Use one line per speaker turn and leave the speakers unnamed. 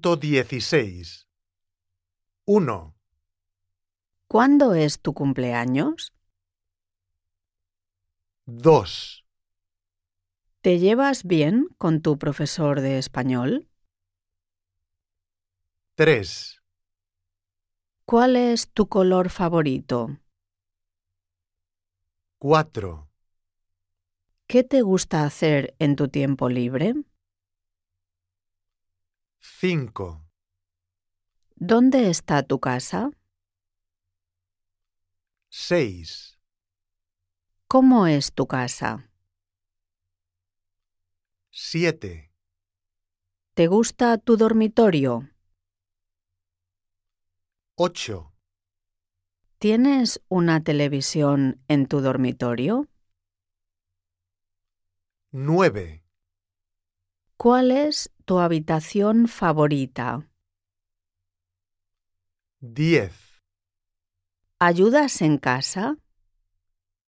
6.16 1,
¿Cuándo es tu cumpleaños?
2,
¿Te llevas bien con tu profesor de español?
3,
¿Cuál es tu color favorito?
4,
¿Qué te gusta hacer en tu tiempo libre?
5,
¿Dónde está tu casa?
6,
¿Cómo es tu casa?
7,
¿Te gusta tu dormitorio?
8,
¿Tienes una televisión en tu dormitorio?
9,
¿Cuál es tu habitación favorita?
10.
¿Ayudas en casa?